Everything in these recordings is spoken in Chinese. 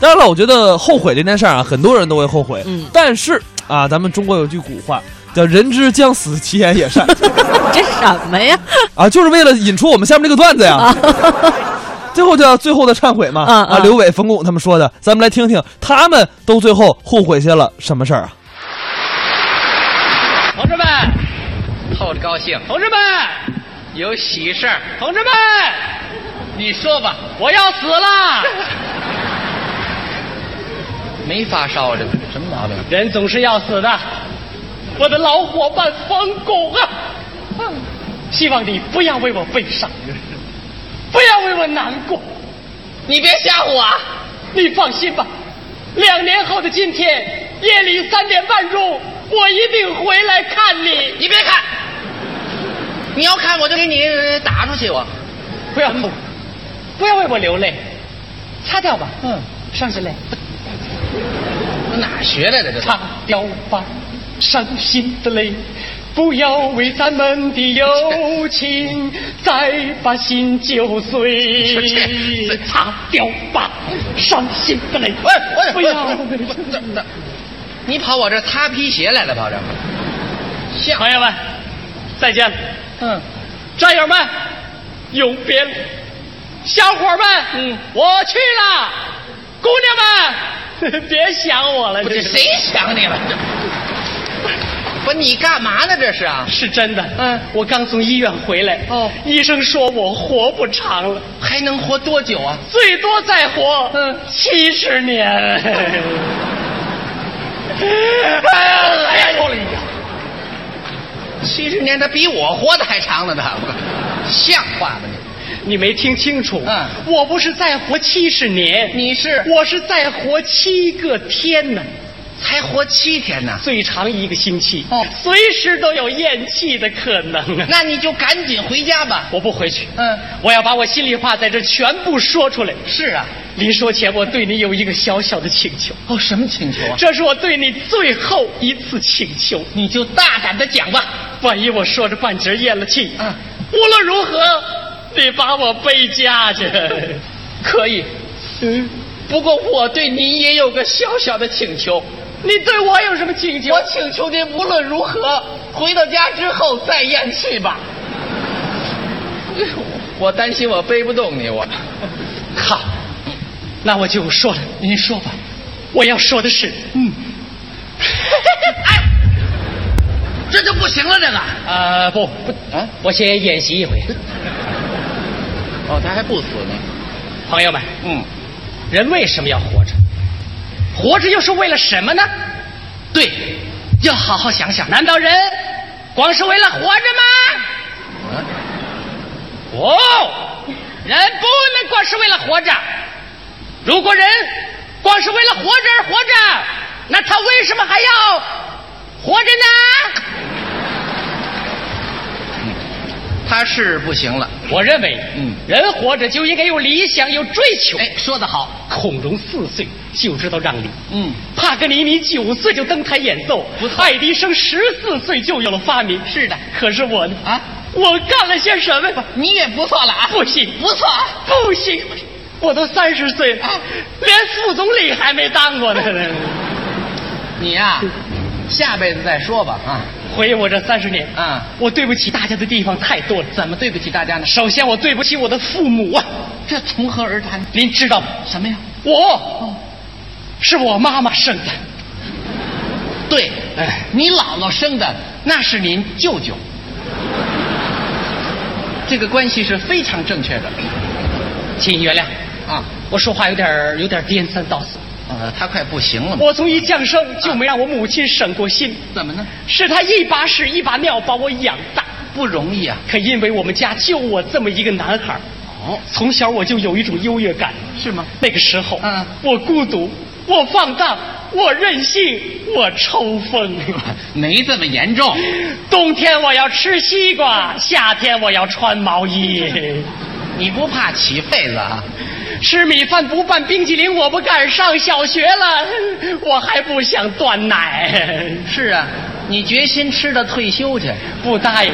当然了，我觉得后悔这件事儿啊，很多人都会后悔。嗯但是啊，咱们中国有句古话叫“人之将死，其言 也善这什么呀？”，啊，就是为了引出我们下面这个段子呀。 最后叫最后的忏悔嘛，嗯啊，嗯刘伟、冯巩他们说的，咱们来听听他们都最后后悔些了什么事儿啊？同志们，透着高兴，同志们，有喜事儿。同志们，你说吧，我要死了！没发烧这什么毛病？人总是要死的，我的老伙伴冯巩啊，希望你不要为我悲伤，不要为我难过，你别吓唬我啊！你放心吧，两年后的今天夜里三点半钟，我一定回来看你。你别看，你要看我就给你呃打出去我。不要哭，不要为我流泪，擦掉吧，嗯，伤心泪，我哪学来的这？擦掉吧，伤心的泪。不要为咱们的友情再把心揪碎你说这这，擦掉吧，伤心的泪。喂喂，不要喂为喂那那你跑我这儿擦皮鞋来了，跑这儿。像朋友们，再见了，嗯，战友们，永别了，小伙们，嗯，我去了，姑娘们， 别想我了，不是这是谁想你了？不是你干嘛呢？这是啊？是真的。嗯我刚从医院回来。哦医生说我活不长了，还能活多久啊？最多再活嗯七十年。 哎呀，哎呀，我了一跳七十年，他比我活得还长呢，他像话吗你？你没听清楚，嗯我不是再活七十年，你是 我是再活七个天呢，才活七天呢，最长一个星期，哦随时都有咽气的可能啊！ 那你就赶紧回家吧。我不回去，嗯，我要把我心里话在这全部说出来。是啊。临说前，我对你有一个小小的请求，哦，什么请求啊？这是我对你最后一次请求。你就大胆的讲吧。万一我说着半截咽了气，嗯无论如何，你把我背家去， 可以。嗯，不过我对您也有个小小的请求，你对我有什么请求我？请求您无论如何回到家之后再咽气 吧。我担心我背不动 你，我好，那我就说了。您说吧，我要说的是， 嗯，哎这就不行了，这个啊不不，啊，我先演习一 回。哦，他还不死呢。朋友们，嗯，人为什么要活着？活着又是为了什么呢？对，要好好想想。难道人光是为了活着吗？啊哦，人不能光是为了活着。如果人光是为了活着而活着，那他为什么还要活着呢？他是不行了。我认为，嗯人活着就应该有理想，有追求。哎，说得好。孔融四岁就知道让梨，嗯，帕格尼尼九岁就登台演奏，爱迪生十四岁就有了发明。是的可是我呢？啊，我干了些什么？你也不错了啊，不行，不错啊。哎不行，我都三十岁了，连副总理还没当 过呢。你呀、下辈子再说吧啊。回忆我这三十年啊我对不起大家的地方太多了。怎么对不起大家呢？首先，我对不起我的父母啊，这从何而谈？您知道吗？什么呀？哦我是我妈妈生的，对，哎你姥姥生的那是您舅舅，这个关系是非常正确的请你原谅，啊。我说话有点儿有点儿颠三倒四。呃，他快不行了嘛？我从一降生就没让我母亲省过心，怎么呢？是她一把屎一把尿把我养大。不容易啊。可因为我们家就我这么一个男孩儿，哦，从小我就有一种优越感。是吗？ 那个时候，嗯我孤独，我放荡，我任性，我抽风。没这么严重。 冬天我要吃西瓜，夏天我要穿 毛衣。你不怕起痱子啊？吃米饭不拌冰激凌我不干，上小学了 我还不想断奶， 是啊，你决心吃到退休去。不答应。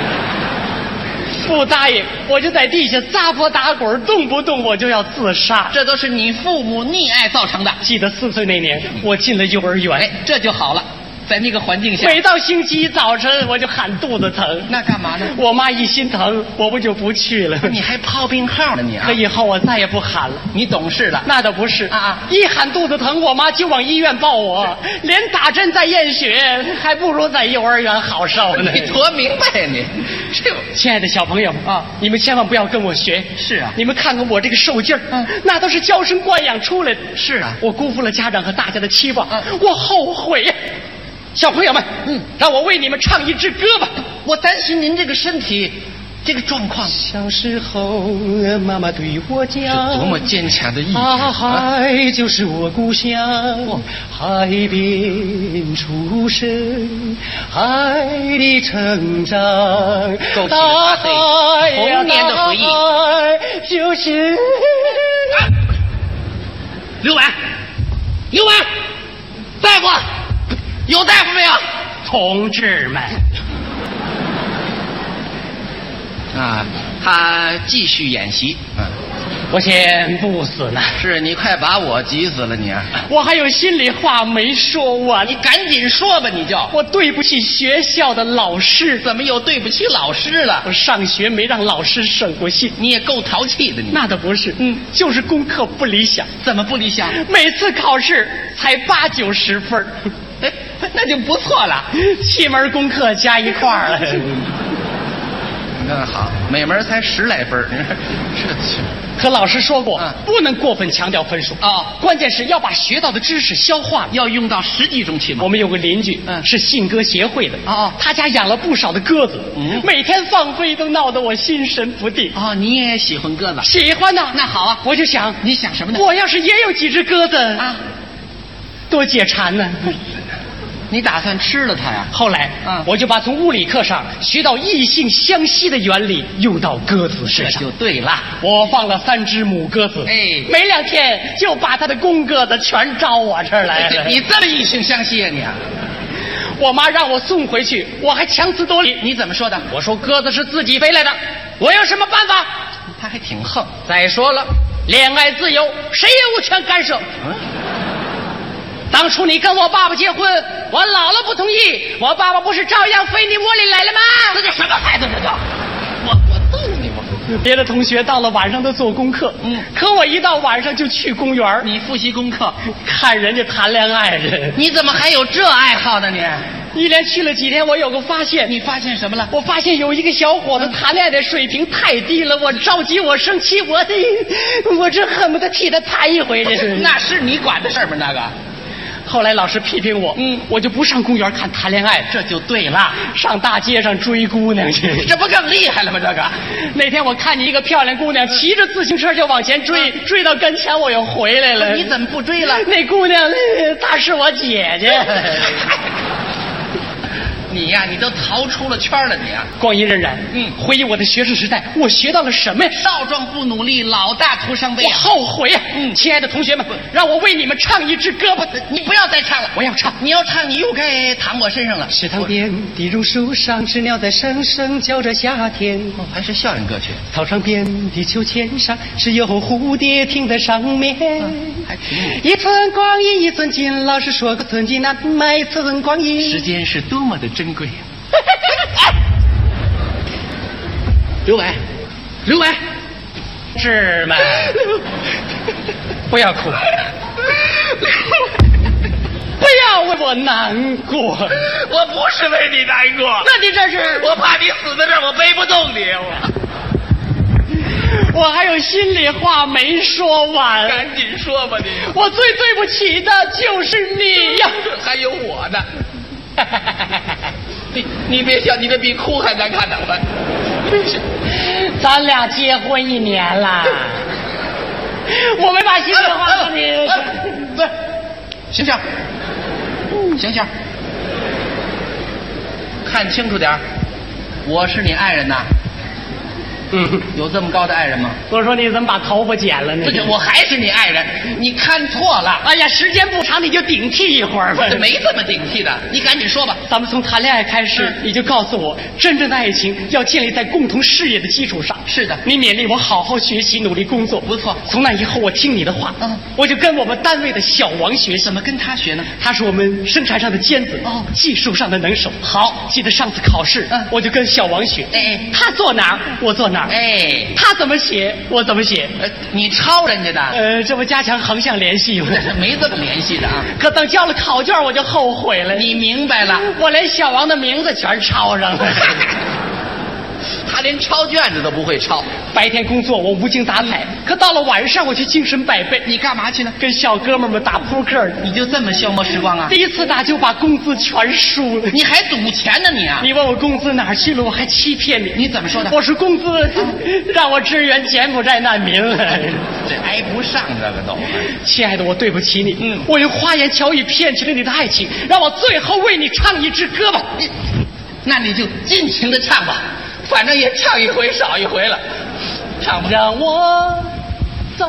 不答应，我就在地下砸锅打滚，动不动我就要自杀。这都是你父母溺爱造成的。记得四岁那年，我进了幼哎儿园，，这就好了，在那个环境下，每到星期一早晨我就喊肚子疼。那干嘛呢？ 我妈一心疼，我不就不去了。你还泡病号呢你啊可？以后我再也不喊了。你懂事了。那倒不是啊啊一喊肚子疼，我妈就往医院 抱我，连打针再验血，还不如在幼儿园 好受呢。你多明白呀、你，这亲爱的小朋友啊你们千万不要跟我学。是啊你们看看我这个受劲儿，嗯那都是娇生惯养出来的。是啊我辜负了家长和大家的期望，嗯我后悔呀。小朋友们，嗯让我为你们唱一支歌吧。我担心您这个身体，这个状况小时候，妈妈对我讲，是多么坚强的意志啊，啊！海就是我故乡，海边出生，海里成长勾起了，他大对海呀童年的回忆大海就是。刘伟，刘伟，大夫，有大夫没有？同志们，啊，他继续演习。嗯，我先不死了，是你快把我急死了你啊！我还有心里话没说完你，赶紧说吧，你就我对不起学校的老师，怎么又对不起老师了我？上学没让老师省过心。 你也够淘气的你，那倒不是，嗯，就是功课不理想，怎么不理想？每次考试才八九十分儿， 哎，那就不错了。嗯七门功课加一块 儿了。那好，每门才十来分儿， 你说 这可老师说过，嗯不能过分强调分数啊关键是要把学到的知识消化了。要用到实际中去吗我？们有个邻居，嗯是信鸽协会的，哦哦他家养了不少的鸽子，嗯每天放飞都闹得我心神不定。哦，你也喜欢鸽子？喜欢呐，那好啊我就想，你想什么呢？我要是也有几只鸽子啊，多解馋呢。你打算吃了它呀？后来，嗯我就把从物理课上学到异性相吸的原理用到鸽子身上就。对了，我放了三只母鸽子，哎没两天就把它的公鸽子全招我这儿来了。 你这么以性相吸啊你啊？我妈让我送回去，我还强词夺理。你怎么说的？我说鸽子是自己飞来的，我有什么办法？他还挺横。再说了，恋爱自由，谁也无权干涉。嗯，当初你跟我爸爸结婚，我姥姥不同意，我爸爸不是照样飞你窝里来了吗？这叫什么孩子？这叫我我揍你我！别的同学到了晚上都做功课，嗯可我一到晚上就去公园儿你复习功课，看人家谈恋爱去。你怎么还有这爱好呢你？一连去了几天，我有个发现，你发现什么了？我发现有一个小伙子谈恋爱的水平太低了，我着急，我生气，我的，我这恨不得替他谈一回这是。那是你管的事儿吗？那个，后来老师批评我，嗯我就不上公园看谈恋爱了，这就对了，上大街上追姑娘去。这不更厉害了吗？这个。嗯 那天我看见一个漂亮姑娘骑着自行车就往前追，追到跟前我又回来了。你怎么不追了？ 那姑娘呃她是我姐姐。你呀、你都逃出了圈了，你啊！ 光阴荏苒，嗯回忆我的学生时代，我学到了什么呀？少壮不努力，老大徒伤悲我啊！后悔呀、亲爱的同学们，让我为你们唱一支歌吧。你不要再唱了，我要唱你要唱，你又该躺我身上了。池塘边，地榕树上，知了在声声叫着夏天。我还是校园歌曲，草场边的秋千上，是有蝴蝶停在上面。还挺有一寸光阴一寸金，老师说过寸金难买寸光时阴。间是多么的珍贵啊 呀、刘伟，刘伟，同志 们，不要哭， 不要为我难过。我不是为你难过，那你这是我怕你死在这儿，我背不动你， 我我还有心里话没说完，赶紧说吧你。我最对不起的就是你呀！还有我呢。你你别笑，你这比哭还难看呢！我， 咱俩结婚一年了， 我没把心里话跟你。对，醒醒，醒醒，看清楚点儿我是你爱人呐， 嗯，有这么高的爱人吗？我说你怎么把头发剪了呢不？行，我还是你爱人，你看错了，哎呀，时间不长，你就顶替一会儿吧。没这么顶替的，你赶紧说吧。咱们从谈恋爱开始，嗯你就告诉我，真正的爱情要建立在共同事业的基础上。是的你勉励我好好学习，努力工作。不错从那以后我听你的话，嗯我就跟我们单位的小王学习。怎么跟他学呢？他是我们生产上的尖子，哦技术上的能手。好，记得上次考试，嗯我就跟小王学，哎他坐哪儿，我坐哪儿，哎，他怎么写，我怎么写。呃，你抄人家的，呃，这不加强横向 联系吗？没这么联系的啊。可等交了考卷，我就后悔了。你明白了，我连小王的名字全抄上了。他连抄卷子都不会抄，白天工作我无精打采，嗯可到了晚上我却精神百倍。你干嘛去呢？跟小哥们儿们打扑克，你就这么消磨时光啊？第一次打就把工资全输了。你还赌钱呢你啊？你问我工资哪儿去了，我还欺骗你。你怎么说的我说 工资让我支援柬埔寨难民哎了。这挨不上这个都。亲爱的，我对不起你。嗯我用花言巧语骗取了你的爱情，让我最后为你唱一支歌吧。你那你就尽情的唱吧，反正也唱一回少一回了，唱吧。让我再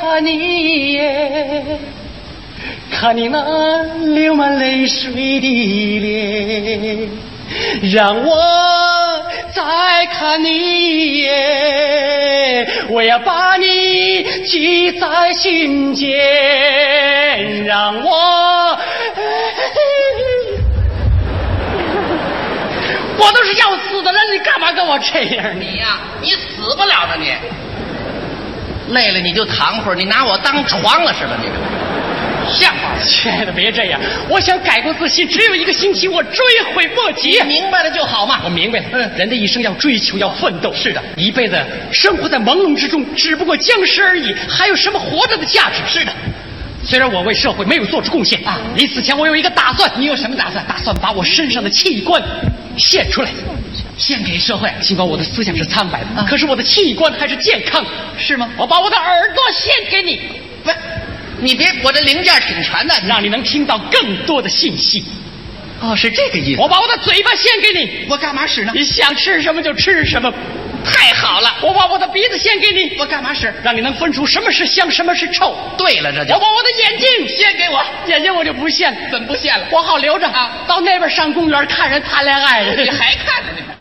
看你一眼，看你那流满泪水的脸，让我再看你一眼，我要把你记在心间，让我。我都是要死的人，你干嘛跟我这样？你你呀、你死不了的你。累了你就躺会儿，你拿我当床了是吧？你像话吗？亲爱的，别这样！我想改过自新，只有一个星期，我追悔莫及。你明白了就好嘛。我明白了，嗯，人的一生要追求，要奋斗。是的，一辈子生活在朦胧之中，只不过僵尸而已，还有什么活着的价值？是的。虽然我为社会没有做出贡献啊，临死前我有一个打算。你有什么打算？打算把我身上的器官献出来，献给社会。尽管我的思想是苍白的，啊可是我的器官还是健康的，是吗？我把我的耳朵献给你，不是，你别，我这零件挺全的，你让你能听到更多的 信息。哦，是这个意思。我把我的嘴巴献给你，我干嘛使呢？你想吃什么就吃什么。太好了，我把我的鼻子献给你，我干嘛使？让你能分出什么是香，什么是臭。对了，这我就把我的眼睛献给我，眼睛我就不献了，怎么不现了？我好留着啊，到那边上公园看人谈恋爱你去。还看着呢。